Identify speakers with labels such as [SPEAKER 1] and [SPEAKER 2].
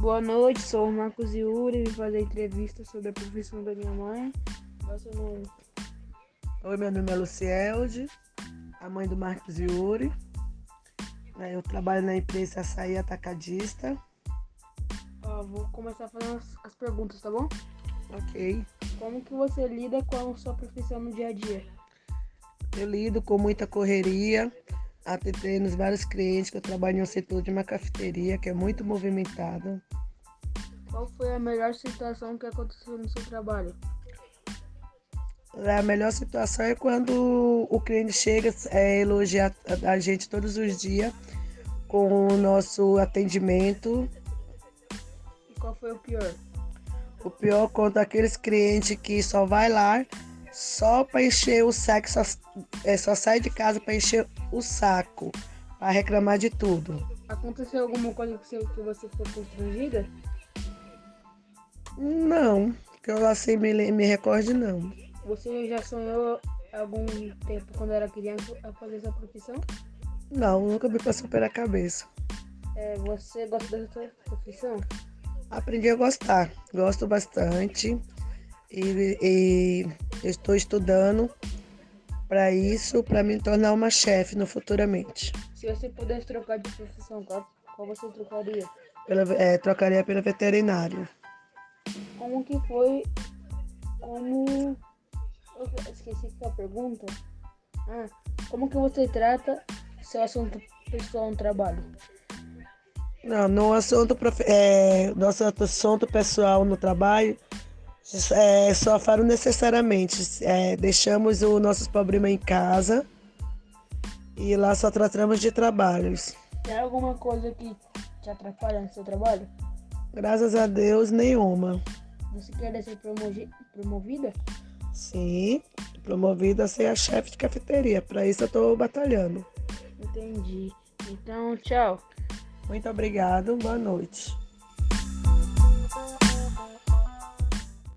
[SPEAKER 1] Boa noite, sou o Marcos Iuri e vim fazer entrevista sobre a profissão da minha mãe. Qual é o seu nome?
[SPEAKER 2] Oi, meu nome é Lucielde, a mãe do Marcos Iuri. É, Eu trabalho na empresa Açaí Atacadista.
[SPEAKER 1] Ó, vou começar fazendo as, as perguntas, tá bom?
[SPEAKER 2] Ok.
[SPEAKER 1] Como que você lida com a sua profissão no dia a dia?
[SPEAKER 2] Eu lido com muita correria, atendendo os vários clientes, que eu trabalho em um setor de uma cafeteria que é muito movimentada.
[SPEAKER 1] Qual foi a melhor situação que aconteceu no seu trabalho?
[SPEAKER 2] A melhor situação é quando o cliente chega é, elogiar a a gente todos os dias com o nosso atendimento.
[SPEAKER 1] E qual foi o pior?
[SPEAKER 2] O pior é quando aqueles clientes que só vai lá só para encher o saco, só, é, só sai de casa para encher o saco, para reclamar de tudo.
[SPEAKER 1] Aconteceu alguma coisa que você, que você foi constrangida?
[SPEAKER 2] Não, que eu assim me, le- me recorde não.
[SPEAKER 1] Você já sonhou algum tempo quando era criança a fazer essa profissão?
[SPEAKER 2] Não, nunca me passou pela cabeça.
[SPEAKER 1] É, você gosta dessa profissão?
[SPEAKER 2] Aprendi a gostar, gosto bastante e, e eu estou estudando para isso, para me tornar uma chefe no futuramente.
[SPEAKER 1] Se você pudesse trocar de profissão, qual, qual você trocaria?
[SPEAKER 2] Pela, é, trocaria pela veterinário.
[SPEAKER 1] Como que foi? Como. Eu esqueci que é a pergunta. Ah, como que você trata seu assunto pessoal no trabalho?
[SPEAKER 2] Não, no assunto, profe- é, nosso assunto pessoal no trabalho, é, só falo necessariamente. é, deixamos os nossos problemas em casa e lá só tratamos de trabalhos.
[SPEAKER 1] Tem alguma coisa que te atrapalha no seu trabalho?
[SPEAKER 2] Graças a Deus, nenhuma.
[SPEAKER 1] Você quer ser promogi- promovida?
[SPEAKER 2] Sim, promovida a ser a chefe de cafeteria. Para isso eu estou batalhando.
[SPEAKER 1] Entendi. Então, tchau.
[SPEAKER 2] Muito obrigado, boa noite.